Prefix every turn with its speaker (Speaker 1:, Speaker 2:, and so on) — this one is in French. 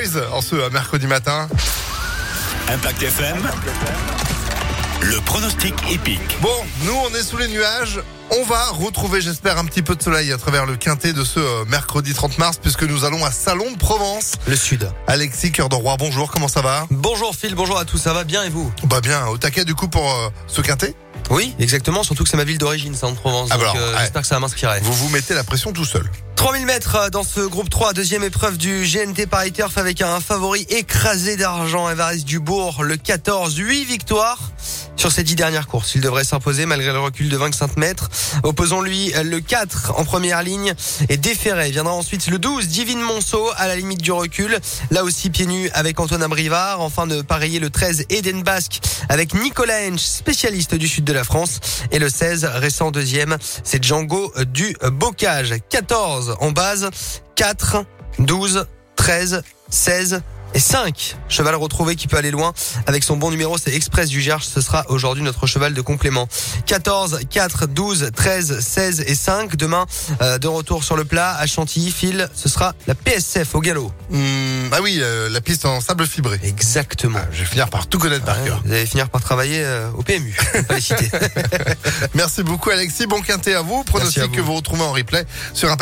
Speaker 1: Boys en ce mercredi matin.
Speaker 2: Impact FM, le pronostic épique.
Speaker 1: Bon, nous on est sous les nuages. On va retrouver, j'espère, un petit peu de soleil à travers le quintet de ce euh, mercredi 30 mars, puisque nous allons à Salon de Provence.
Speaker 3: Le Sud.
Speaker 1: Alexis Cœur de Roi, bonjour, comment ça va
Speaker 3: Bonjour Phil, bonjour à tous, ça va bien et vous
Speaker 1: Bah bien, au taquet du coup pour euh, ce quintet.
Speaker 3: Oui, exactement, surtout que c'est ma ville d'origine, ça en Provence.
Speaker 1: Ah,
Speaker 3: donc,
Speaker 1: bah alors,
Speaker 3: euh,
Speaker 1: ouais.
Speaker 3: J'espère que ça va m'inspirer.
Speaker 1: Vous vous mettez la pression tout seul.
Speaker 3: 3000 mètres euh, dans ce groupe 3, deuxième épreuve du GNT Paris Turf avec un favori écrasé d'argent, Évariste Dubourg, le 14, 8 victoires. Sur ces 10 dernières courses, il devrait s'imposer malgré le recul de 25 mètres. Opposons-lui euh, le 4 en première ligne et déféré. Viendra ensuite le 12, Divine Monceau à la limite du recul. Là aussi pieds nus avec Antoine Abrivard. Enfin de parier le 13, Eden Basque avec Nicolas Hench, spécialiste du sud de la France. Et le 16, récent deuxième, c'est Django euh, du Bocage. 14 en base, 4, 12, 13, 16 et 5. Cheval retrouvé qui peut aller loin avec son bon numéro, c'est Express du Gerche. Ce sera aujourd'hui notre cheval de complément. 14, 4, 12, 13, 16 et 5. Demain, euh, de retour sur le plat à Chantilly, Phil, ce sera la PSF au galop.
Speaker 1: Hum, ah oui, euh, la piste en sable fibré.
Speaker 3: Exactement.
Speaker 1: Ah, Je vais finir par Ah, tout connaître par cœur.
Speaker 3: Vous allez finir par travailler euh, au PMU. Faut Pas les citer.
Speaker 1: Merci beaucoup Alexis, bon quintet à vous. Pronostic
Speaker 3: à vous.
Speaker 1: que vous retrouvez en replay sur un